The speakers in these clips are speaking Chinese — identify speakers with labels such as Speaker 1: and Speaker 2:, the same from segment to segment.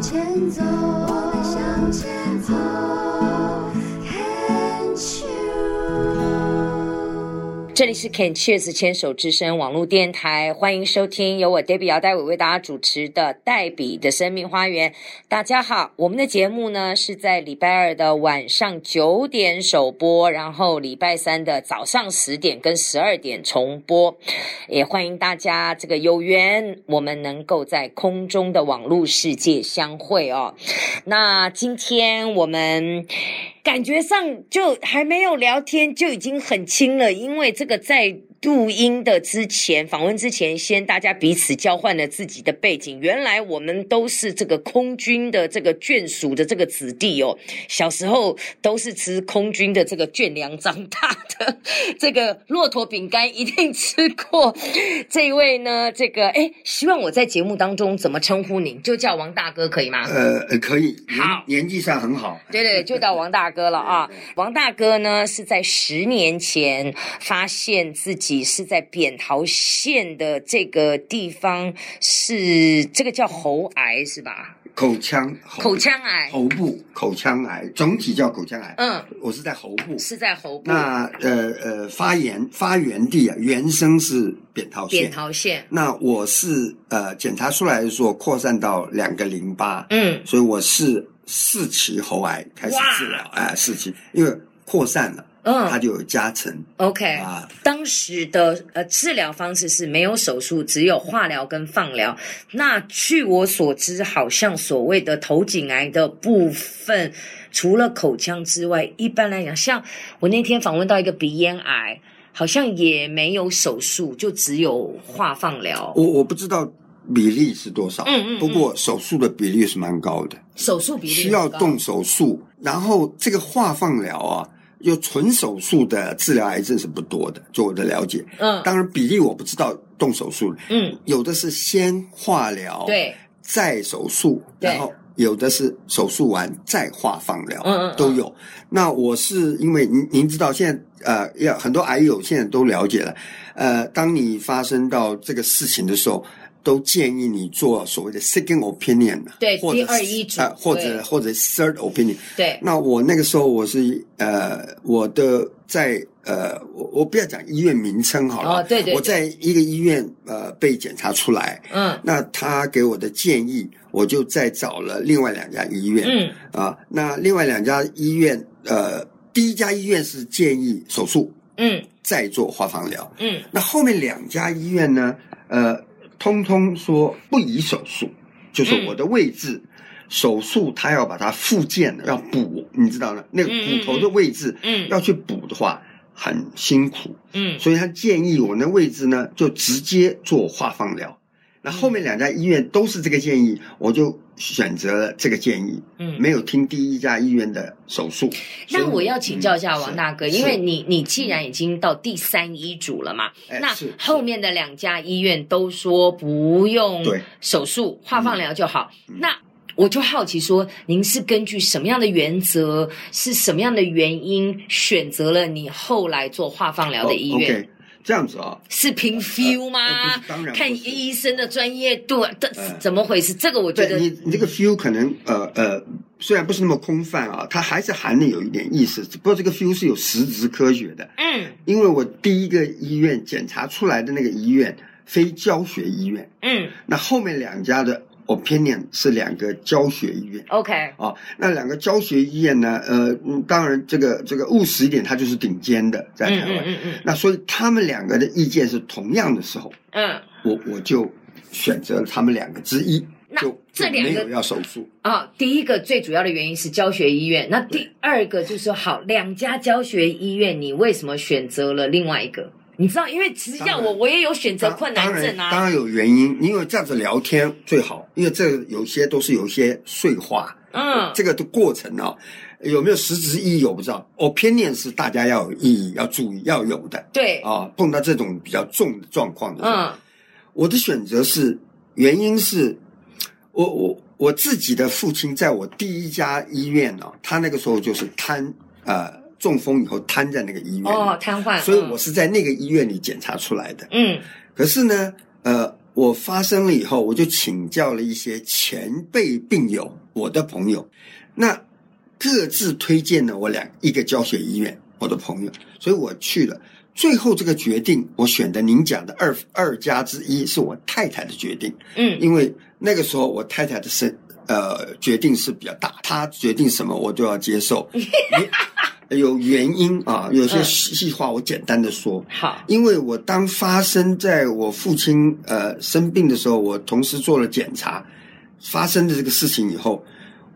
Speaker 1: 前走，我们向前走，Can't you？
Speaker 2: 这里是 Can Cheers 牵手之声网络电台，欢迎收听由我 Debbie 姚代伟为大家主持的《黛比的生命花园》。大家好，我们的节目呢是在礼拜二的晚上九点首播，然后礼拜三的早上十点跟十二点重播。也欢迎大家这个有缘，我们能够在空中的网络世界相会哦。那今天我们感觉上就还没有聊天，就已经很亲了，因为这个在录音的之前，访问之前，先大家彼此交换了自己的背景。原来我们都是这个空军的这个眷属的这个子弟哦，小时候都是吃空军的这个眷粮长大的，这个骆驼饼干一定吃过。这一位呢，这个哎，希望我在节目当中怎么称呼您，就叫王大哥可以吗？
Speaker 3: 呃，呃可以，年
Speaker 2: 好
Speaker 3: 年纪上很好。
Speaker 2: 对对，对就到王大哥了啊！王大哥呢是在十年前发现自己是在扁桃腺的这个地方是这个叫喉癌是吧？
Speaker 3: 口腔、喉
Speaker 2: 口腔癌，
Speaker 3: 喉部、口腔癌，总体叫口腔癌。
Speaker 2: 嗯，
Speaker 3: 我是在喉部。
Speaker 2: 是在喉部
Speaker 3: 那呃呃，发源发源地啊，原生是扁桃腺。
Speaker 2: 扁桃腺，
Speaker 3: 那我是呃检查出来说扩散到两个淋巴，
Speaker 2: 嗯，
Speaker 3: 所以我是四期喉癌开始治疗，哎、四期，因为扩散了，它
Speaker 2: 嗯
Speaker 3: 就有加成、
Speaker 2: ，OK。
Speaker 3: 啊。
Speaker 2: 当时的呃治疗方式是没有手术，只有化疗跟放疗。那据我所知，好像所谓的头颈癌的部分，除了口腔之外，一般来讲，像我那天访问到一个鼻咽癌，好像也没有手术，就只有化放疗。
Speaker 3: 我我不知道比例是多少，
Speaker 2: 嗯嗯嗯
Speaker 3: 不过手术的比例是蛮高的。
Speaker 2: 手术比例
Speaker 3: 需要
Speaker 2: 很高
Speaker 3: 动手术，然后这个化放疗啊，有纯手术的治疗癌症是不多的，就我的了解。
Speaker 2: 嗯
Speaker 3: 当然比例我不知道，动手术
Speaker 2: 嗯，
Speaker 3: 有的是先化疗，，
Speaker 2: 对，
Speaker 3: 再手术，
Speaker 2: 对
Speaker 3: 然后有的是手术完再化放疗，
Speaker 2: 嗯嗯嗯
Speaker 3: 都有。那我是因为您您知道现在呃，要很多癌友现在都了解了，呃，当你发生到这个事情的时候。都建议你做所谓的 second opinion，啊
Speaker 2: 对
Speaker 3: 或者
Speaker 2: 第二医嘱
Speaker 3: 呃或
Speaker 2: 对
Speaker 3: 者或者 third opinion，
Speaker 2: 对，
Speaker 3: 那我那个时候我是呃，我的在呃，我我不要讲医院名称好了，
Speaker 2: 哦对对对
Speaker 3: 我在一个医院呃被检查出来，
Speaker 2: 嗯
Speaker 3: 那他给我的建议，我就再找了另外两家医院，
Speaker 2: 嗯
Speaker 3: 啊，那另外两家医院呃，第一家医院是建议手术
Speaker 2: 嗯
Speaker 3: 再做化放疗，
Speaker 2: 嗯
Speaker 3: 那后面两家医院呢，呃，通通说不宜手术，就是我的位置。手术他要把它复健，要补，你知道的，那个
Speaker 2: 嗯嗯
Speaker 3: 骨头的位置
Speaker 2: 嗯
Speaker 3: 要去补的话很辛苦，
Speaker 2: 嗯
Speaker 3: 所以他建议我那位置呢就直接做化放疗。那后面两家医院都是这个建议，我就选择了这个建议，
Speaker 2: 嗯，
Speaker 3: 没有听第一家医院的手术。所以
Speaker 2: 那我要请教一下王大哥，
Speaker 3: 是
Speaker 2: 因为
Speaker 3: 是
Speaker 2: 你你既然已经到第三医嘱了嘛，
Speaker 3: 哎
Speaker 2: 那
Speaker 3: 是
Speaker 2: 后面的两家医院都说不用
Speaker 3: 对嗯
Speaker 2: 手术，化放疗就好。那我就好奇说，您是根据什么样的原则，是什么样的原因选择了你后来做化放疗的医院？
Speaker 3: o k 这样子啊、
Speaker 2: 是凭 feel 吗？
Speaker 3: 哦呃不是当然不是
Speaker 2: 看医生的专业度，这
Speaker 3: 呃
Speaker 2: 怎么回事？这个我觉
Speaker 3: 对
Speaker 2: 得
Speaker 3: 你，你这个 feel 可能呃呃，虽然不是那么空泛啊，它还是含的有一点意思。只不过这个 feel 是有实质科学的，
Speaker 2: 嗯
Speaker 3: 因为我第一个医院检查出来的那个医院非教学医院，
Speaker 2: 嗯
Speaker 3: 那后面两家的 opinion 是两个教学医院。
Speaker 2: ，OK，
Speaker 3: 啊、那两个教学医院呢？呃，嗯当然，这个这个务实一点，它就是顶尖的，在
Speaker 2: 嗯
Speaker 3: 台
Speaker 2: 嗯
Speaker 3: 湾。
Speaker 2: 嗯嗯
Speaker 3: 那所以他们两个的意见是同样的时候，
Speaker 2: 嗯。
Speaker 3: 我我就选择了他们两个之一，
Speaker 2: 那
Speaker 3: 就
Speaker 2: 这
Speaker 3: 就
Speaker 2: 两
Speaker 3: 没
Speaker 2: 个
Speaker 3: 有要手术。
Speaker 2: 啊、第一个最主要的原因是教学医院，那第二个就是说，好，两家教学医院，你为什么选择了另外一个？你知道，因为其实要
Speaker 3: 当
Speaker 2: 我，
Speaker 3: 然
Speaker 2: 我也有选择
Speaker 3: 当
Speaker 2: 困难症
Speaker 3: 当然当
Speaker 2: 啊。
Speaker 3: 然有原因，因为这样子聊天最好，因为这有些都是有一些碎话，
Speaker 2: 嗯，
Speaker 3: 这个的过程啊，有没有实质意义我不知道。opinion 是大家要有意义，要注意，要有的
Speaker 2: 对，
Speaker 3: 啊。碰到这种比较重的状况的时候，
Speaker 2: 嗯
Speaker 3: 我的选择是，原因是，我我我自己的父亲在我第一家医院呢、他那个时候就是瘫呃中风以后瘫在那个医院里，
Speaker 2: 哦，瘫痪，
Speaker 3: 所以我
Speaker 2: 嗯
Speaker 3: 是在那个医院里检查出来的。
Speaker 2: 嗯
Speaker 3: 可是呢，呃，我发生了以后，我就请教了一些前辈病友，我的朋友，那各自推荐了我两一个教学医院，我的朋友，所以我去了。最后这个决定，我选的您讲的二二加之一是我太太的决定，
Speaker 2: 嗯
Speaker 3: 因为那个时候我太太的身呃决定是比较大，她决定什么我都要接受。你有原因啊，有些
Speaker 2: 嗯
Speaker 3: 细细话我简单的说。
Speaker 2: 好，
Speaker 3: 因为我当发生在我父亲呃生病的时候，我同时做了检查，发生的这个事情以后，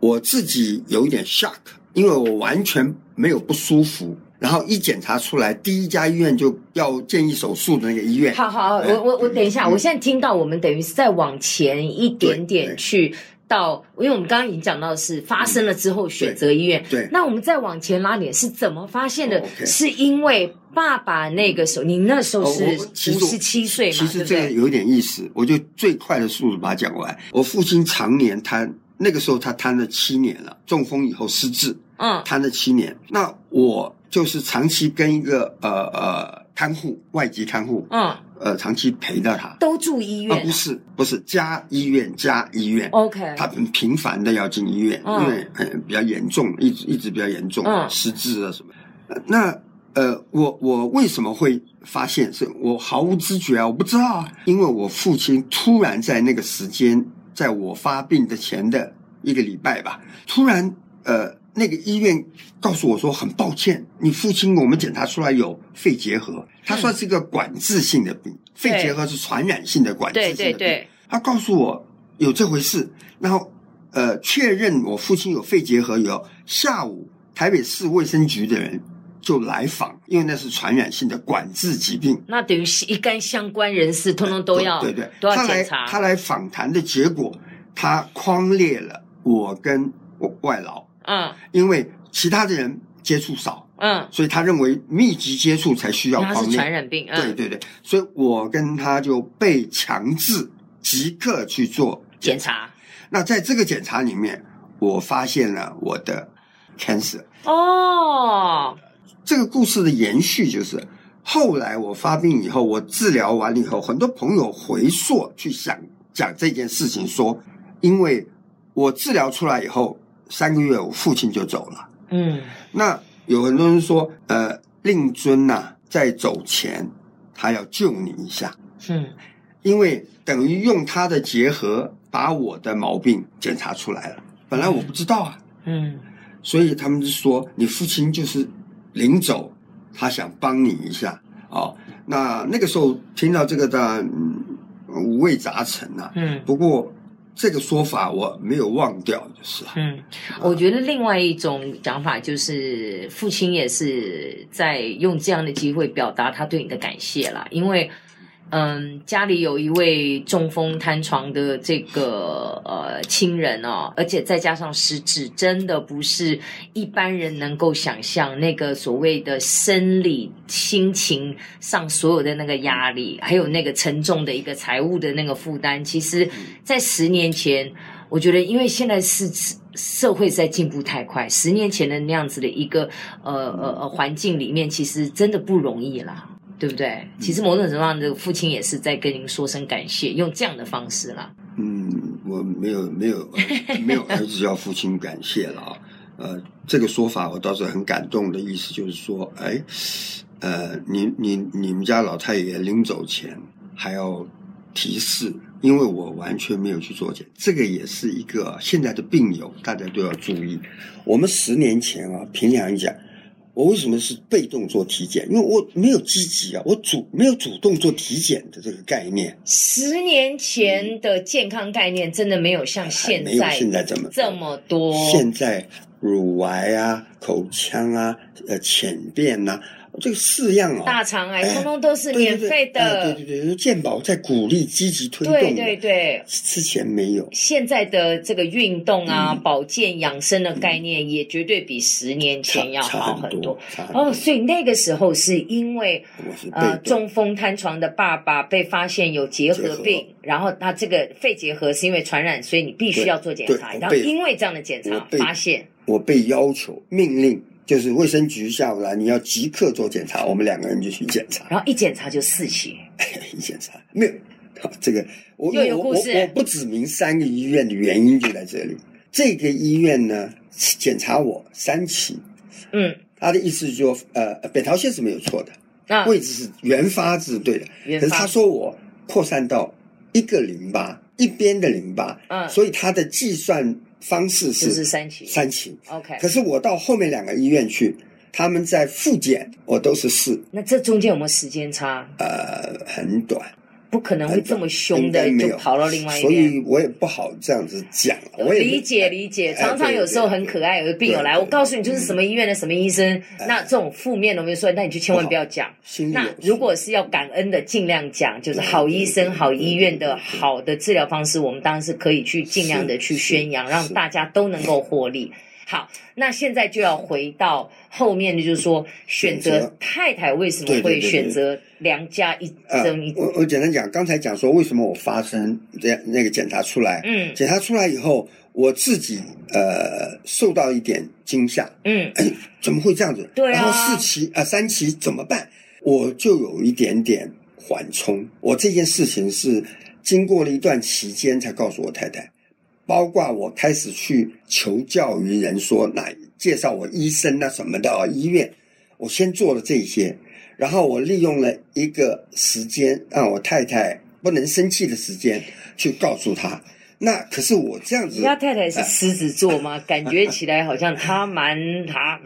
Speaker 3: 我自己有一点 shock，因为我完全没有不舒服，然后一检查出来，第一家医院就要建议手术的那个医院，
Speaker 2: 好好，我我我等一下，
Speaker 3: 嗯
Speaker 2: 我现在听到我们等于是再往前一点
Speaker 3: 对
Speaker 2: 点
Speaker 3: 对
Speaker 2: 去到，因为我们刚刚已经讲到的是发生了之后选择医院，
Speaker 3: 对
Speaker 2: 那我们再往前拉点是怎么发现的
Speaker 3: 哦？，OK
Speaker 2: 是因为爸爸那个时候，你那时候
Speaker 3: 哦
Speaker 2: 是
Speaker 3: 我
Speaker 2: 五
Speaker 3: 其实我
Speaker 2: 十七岁嘛，
Speaker 3: 其
Speaker 2: 对
Speaker 3: 实
Speaker 2: 不
Speaker 3: 这个
Speaker 2: 对？
Speaker 3: 有点意思，我就最快的速度把它讲完。我父亲常年瘫，那个时候他瘫了七年了，中风以后失智，
Speaker 2: 嗯
Speaker 3: 瘫了七年。那我就是长期跟一个呃呃看护，外籍看护，
Speaker 2: 嗯，
Speaker 3: 呃，长期陪着他。
Speaker 2: 都住医
Speaker 3: 啊，
Speaker 2: 院
Speaker 3: 不是不是，加医院加医院。
Speaker 2: ，OK，
Speaker 3: 他很频繁的要进医院，
Speaker 2: 嗯
Speaker 3: 因为呃比较严重，一直一直比较严重，
Speaker 2: 嗯
Speaker 3: 失智啊什么。呃那呃，我我为什么会发现？是我毫无知觉啊，我不知道啊，因为我父亲突然在那个时间，在我发病的前的一个礼拜吧，突然呃，那个医院告诉我说，很抱歉，你父亲我们检查出来有肺结核，
Speaker 2: 嗯
Speaker 3: 它算是一个管制性的病，肺结核是传染性的管制性
Speaker 2: 对
Speaker 3: 的病。
Speaker 2: 对对，
Speaker 3: 他告诉我有这回事，然后呃确认我父亲有肺结核以后，下午台北市卫生局的人就来访，因为那是传染性的管制疾病，
Speaker 2: 那等于是一干相关人士通通都要
Speaker 3: 对对对，
Speaker 2: 都要
Speaker 3: 他来
Speaker 2: 检查，
Speaker 3: 他来访谈的结果，他框列了我跟我外劳，
Speaker 2: 嗯
Speaker 3: 因为其他的人接触少，
Speaker 2: 嗯，
Speaker 3: 所以他认为密集接触才需要
Speaker 2: 因为他
Speaker 3: 框
Speaker 2: 是
Speaker 3: 列
Speaker 2: 传。染病，
Speaker 3: 对
Speaker 2: 嗯，
Speaker 3: 对对，所以我跟他就被强制即刻去做
Speaker 2: 检查
Speaker 3: 那在这个检查里面，我发现了我的 cancer。
Speaker 2: 哦，
Speaker 3: 这个故事的延续就是，后来我发病以后，我治疗完了以后，很多朋友回溯去想讲这件事情说，因为我治疗出来以后三个月，我父亲就走了。
Speaker 2: 嗯
Speaker 3: 那有很多人说，呃，令尊呐、在走前，他要救你一下，
Speaker 2: 嗯
Speaker 3: 因为等于用他的结合把我的毛病检查出来了，本来我不知道啊。
Speaker 2: 嗯，
Speaker 3: 所以他们就说你父亲就是临走，他想帮你一下哦。那那个时候听到这个的、嗯、五味杂陈呐、
Speaker 2: 嗯
Speaker 3: 不过这个说法我没有忘掉，就是啊
Speaker 2: 嗯，我觉得另外一种讲法就是，父亲也是在用这样的机会表达他对你的感谢啦，因为。嗯，家里有一位中风瘫床的这个呃亲人哦，而且再加上失智，真的不是一般人能够想象那个所谓的生理、心情上所有的那个压力，还有那个沉重的一个财务的那个负担。其实，在十年前，我觉得，因为现在是社会在进步太快，十年前的那样子的一个呃呃呃环境里面，其实真的不容易啦，对不对？其实某种程度上，这个父亲也是在跟您说声感谢，用这样的方式啦。
Speaker 3: 嗯，我没有没有没有儿子要父亲感谢了啊。呃，这个说法我倒是很感动的意思，就是说，哎，呃，你你你们家老太爷临走前还要提示，因为我完全没有去做检，这个也是一个现在的病友，大家都要注意。我们十年前啊，凭良心讲，我为什么是被动做体检？因为我没有积极啊，我主没有主动做体检的这个概念。
Speaker 2: 十年前的健康概念真的没有像现
Speaker 3: 哎没有
Speaker 2: 在
Speaker 3: 现在这么
Speaker 2: 这么多，
Speaker 3: 现在乳癌啊、口腔啊、呃浅便呐、这个四样啊、
Speaker 2: 大肠癌
Speaker 3: 哎
Speaker 2: 通通都是免费
Speaker 3: 对
Speaker 2: 的，
Speaker 3: 对对哎对对对，健保在鼓励积极推动的
Speaker 2: 对对对。
Speaker 3: 之前没有。
Speaker 2: 现在的这个运动啊、
Speaker 3: 嗯
Speaker 2: 保健养生的概念，也绝对比十年
Speaker 3: 差
Speaker 2: 前要
Speaker 3: 差
Speaker 2: 好
Speaker 3: 很
Speaker 2: 多。，
Speaker 3: 差很多
Speaker 2: 哦，所以那个时候是因为
Speaker 3: 我是被
Speaker 2: 呃
Speaker 3: 动，
Speaker 2: 中风瘫床的爸爸被发现有结
Speaker 3: 结
Speaker 2: 核
Speaker 3: 核
Speaker 2: 病，然后他这个肺结核是因为传染，所以你必须
Speaker 3: 对
Speaker 2: 要做检
Speaker 3: 对
Speaker 2: 查，
Speaker 3: 我
Speaker 2: 然后
Speaker 3: 被
Speaker 2: 因为这样的检
Speaker 3: 我
Speaker 2: 查
Speaker 3: 被
Speaker 2: 发现，
Speaker 3: 我被要求命令，就是卫生局下午来，你要即刻做检查，我们两个人就去检查，
Speaker 2: 然后一检查就四期，
Speaker 3: 一检查没有，好这个我
Speaker 2: 又有
Speaker 3: 我
Speaker 2: 故
Speaker 3: 我
Speaker 2: 事
Speaker 3: 我不指明三个医院的原因就在这里。这个医院呢，检查我三期，
Speaker 2: 嗯，
Speaker 3: 他的意思就说呃，扁桃腺是没有错的，
Speaker 2: 那
Speaker 3: 位置是原发是对的，
Speaker 2: 啊原
Speaker 3: 可是
Speaker 2: 发
Speaker 3: 他说我扩散到一个淋巴一边的淋巴，
Speaker 2: 嗯
Speaker 3: 所以他的计算方式
Speaker 2: 就是
Speaker 3: 是
Speaker 2: 三期
Speaker 3: 三期。
Speaker 2: ，OK，
Speaker 3: 可是我到后面两个医院去，他们在复检，我都是四，
Speaker 2: 那这中间有没有时间差？
Speaker 3: 呃，很短，
Speaker 2: 不可能会这么凶的
Speaker 3: 应该没
Speaker 2: 就
Speaker 3: 有
Speaker 2: 跑到另外一
Speaker 3: 所
Speaker 2: 边。
Speaker 3: 以我也不好这样子讲，我也不
Speaker 2: 理解理解，
Speaker 3: 哎
Speaker 2: 常常
Speaker 3: 对
Speaker 2: 有时候
Speaker 3: 对
Speaker 2: 很
Speaker 3: 对
Speaker 2: 可爱，有的病友
Speaker 3: 对
Speaker 2: 来，
Speaker 3: 对嗯
Speaker 2: 我告诉你就是什么医院的什么医生，那这种负面的我们就说，那你就千万不要讲。
Speaker 3: 心里有
Speaker 2: 那
Speaker 3: 数。
Speaker 2: 如果是要感恩的，尽量讲，就是好医生、好医院的好的治疗方式，我们当然是可以去尽量的去宣扬，
Speaker 3: 是
Speaker 2: 让大家都能够获利。好，那现在就要回到后面的，就是说选
Speaker 3: 选
Speaker 2: 择
Speaker 3: 择
Speaker 2: 太太为什么
Speaker 3: 对对
Speaker 2: 会
Speaker 3: 对对
Speaker 2: 选择良家一
Speaker 3: 呃
Speaker 2: 生一，
Speaker 3: 我我简单讲，刚才讲说为什么我发生这样那个检查出来，
Speaker 2: 嗯
Speaker 3: 检查出来以后，我自己呃受到一点惊吓，
Speaker 2: 嗯
Speaker 3: 哎，怎么会这样子？
Speaker 2: 对啊
Speaker 3: 然后四期啊、呃、三期怎么办？我就有一点点缓冲。我这件事情是经过了一段期间才告诉我太太，包括我开始去求教于人说，那介绍我医生啊什么的啊医院，我先做了这些，然后我利用了一个时间，让我太太不能生气的时间去告诉她。那可是我这样
Speaker 2: 你
Speaker 3: 子，
Speaker 2: 家太太是狮子座
Speaker 3: 啊
Speaker 2: 吗？感觉起来好像她蛮她，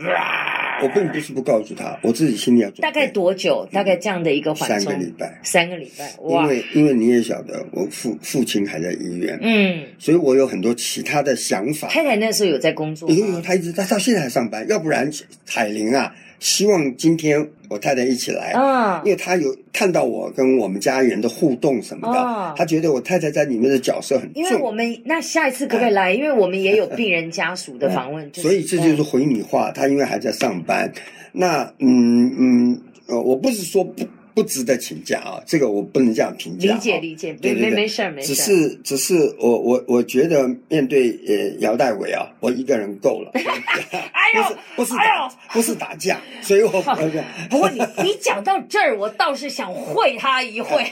Speaker 3: 我并不是不告诉她，我自己心里要做。
Speaker 2: 大概多久？大概这样的一个缓
Speaker 3: 三个
Speaker 2: 冲，
Speaker 3: 礼拜。
Speaker 2: 三个礼拜，
Speaker 3: 因
Speaker 2: 哇，
Speaker 3: 为因为你也晓得，我父父亲还在医院，
Speaker 2: 嗯，
Speaker 3: 所以我有很多其他的想法。
Speaker 2: 太太那时候有在工作吗？
Speaker 3: 因为他一直他到现在还上班，要不然彩玲啊，希望今天我太太一起来，
Speaker 2: 啊
Speaker 3: 因，为她有看到我跟我们家人的互动什么
Speaker 2: 哦
Speaker 3: 的，她觉得我太太在里面的角色很
Speaker 2: 因为我
Speaker 3: 重，
Speaker 2: 们那下一次可不可以来？因为我们也有病人家属的访问，就是
Speaker 3: 哎
Speaker 2: 嗯
Speaker 3: 所以这就是回你话，她因为还在上班。那嗯嗯呃，我不是说不不值得请假啊，这个我不能这样评价啊。
Speaker 2: 嗯理解理解，没
Speaker 3: 对对
Speaker 2: 没
Speaker 3: 对
Speaker 2: 没事儿没事
Speaker 3: 只
Speaker 2: 儿，
Speaker 3: 是只是我我我觉得面对呃姚代伟啊，我一个人够了。
Speaker 2: 哎呦
Speaker 3: 不是不是
Speaker 2: 哎
Speaker 3: 打、
Speaker 2: 呦
Speaker 3: 不是打架，所以我呃
Speaker 2: 不过你你讲到这儿，我倒是想会他一 会。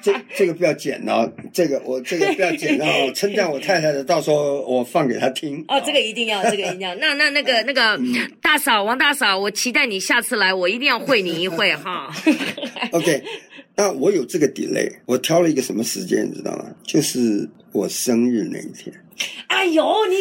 Speaker 3: 这这个不要剪哦，这个我这个不要剪哦，称赞我太太的，到时候我放给她听。
Speaker 2: 哦，这个一定要，这个一定要。那那那个
Speaker 3: 嗯
Speaker 2: 那个大嫂王大嫂，我期待你下次来，我一定要会你一会哈。
Speaker 3: OK，那我有这个 delay，我挑了一个什么时间，你知道吗？就是我生日那一天。
Speaker 2: 哎呦，你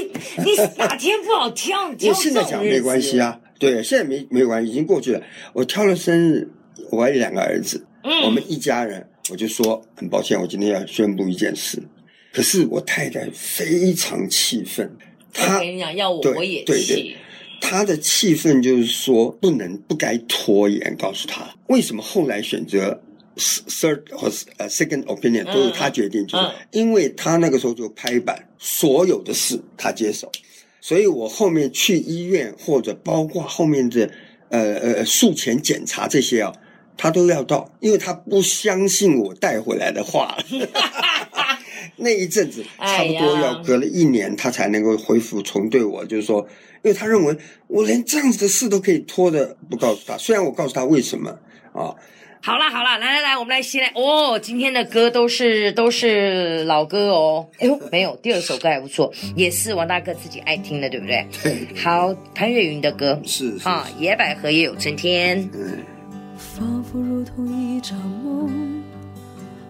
Speaker 2: 你哪天不好 挑？你
Speaker 3: 因
Speaker 2: 挑
Speaker 3: 为现在
Speaker 2: 这种
Speaker 3: 讲
Speaker 2: 日
Speaker 3: 没
Speaker 2: 子
Speaker 3: 关系。啊，对，现在没没关系，已经过去了。我挑了生日，我还有两个儿子，我们一家人，我就说很抱歉，我今天要宣布一件事。可是我太太非常气愤，
Speaker 2: 我
Speaker 3: 她
Speaker 2: 跟你讲，要我
Speaker 3: 对
Speaker 2: 我也
Speaker 3: 对对
Speaker 2: 气。
Speaker 3: 她的气愤就是说不能不该拖延，告诉她为什么后来选择 third 或呃 second opinion 都是她决定，就是
Speaker 2: 嗯
Speaker 3: 因为她那个时候就拍板，所有的事她接手。所以我后面去医院或者包括后面的呃呃术前检查这些啊，他都要到，因为他不相信我带回来 的话。那一阵子差
Speaker 2: 哎
Speaker 3: 不
Speaker 2: 呀
Speaker 3: 多要隔了一年，他才能够恢复重对我，就是说，因为他认为我连这样子的事都可以拖着不告诉他，虽然我告诉他为什么啊，
Speaker 2: 好啦好啦，来来来，我们来先来哦。今天的歌都是都是老歌哦。哎呦，没有，第二首歌还不错，也是王大哥自己爱听的，对不对？
Speaker 3: 对，
Speaker 2: 好，潘越云的歌
Speaker 3: 是是
Speaker 2: 啊，野百合也有春天。
Speaker 3: 嗯，
Speaker 4: 仿佛如同一场梦，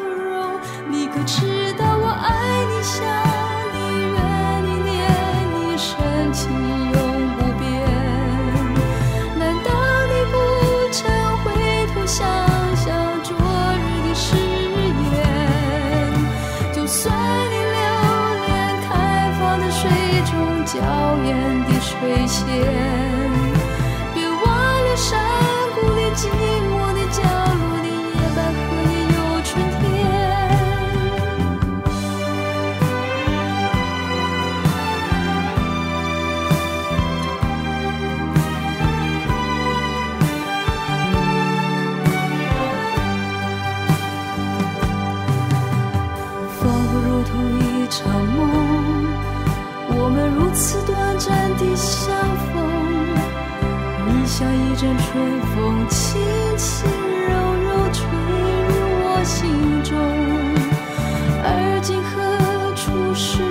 Speaker 4: 容，你可知道我爱你、想你、怨你、念你，深情永不变。难道你不曾回头想想昨日的誓言？就算你留恋开放的水中娇艳的水仙。别忘了山谷里寂寞的角落里，野百合也有春天。场梦。我们如此短暂的相逢，你像一阵春风，轻轻柔柔吹入我心中。而今何处是